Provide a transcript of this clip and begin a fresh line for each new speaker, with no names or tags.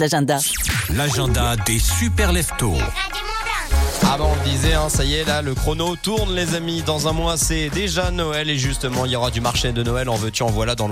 L'agenda.
L'agenda des super leftos.
Ah bah on le disait, hein, ça y est, là, le chrono tourne les amis. Dans un mois, c'est déjà Noël et justement, il y aura du marché de Noël. En veux-tu, en voilà dans le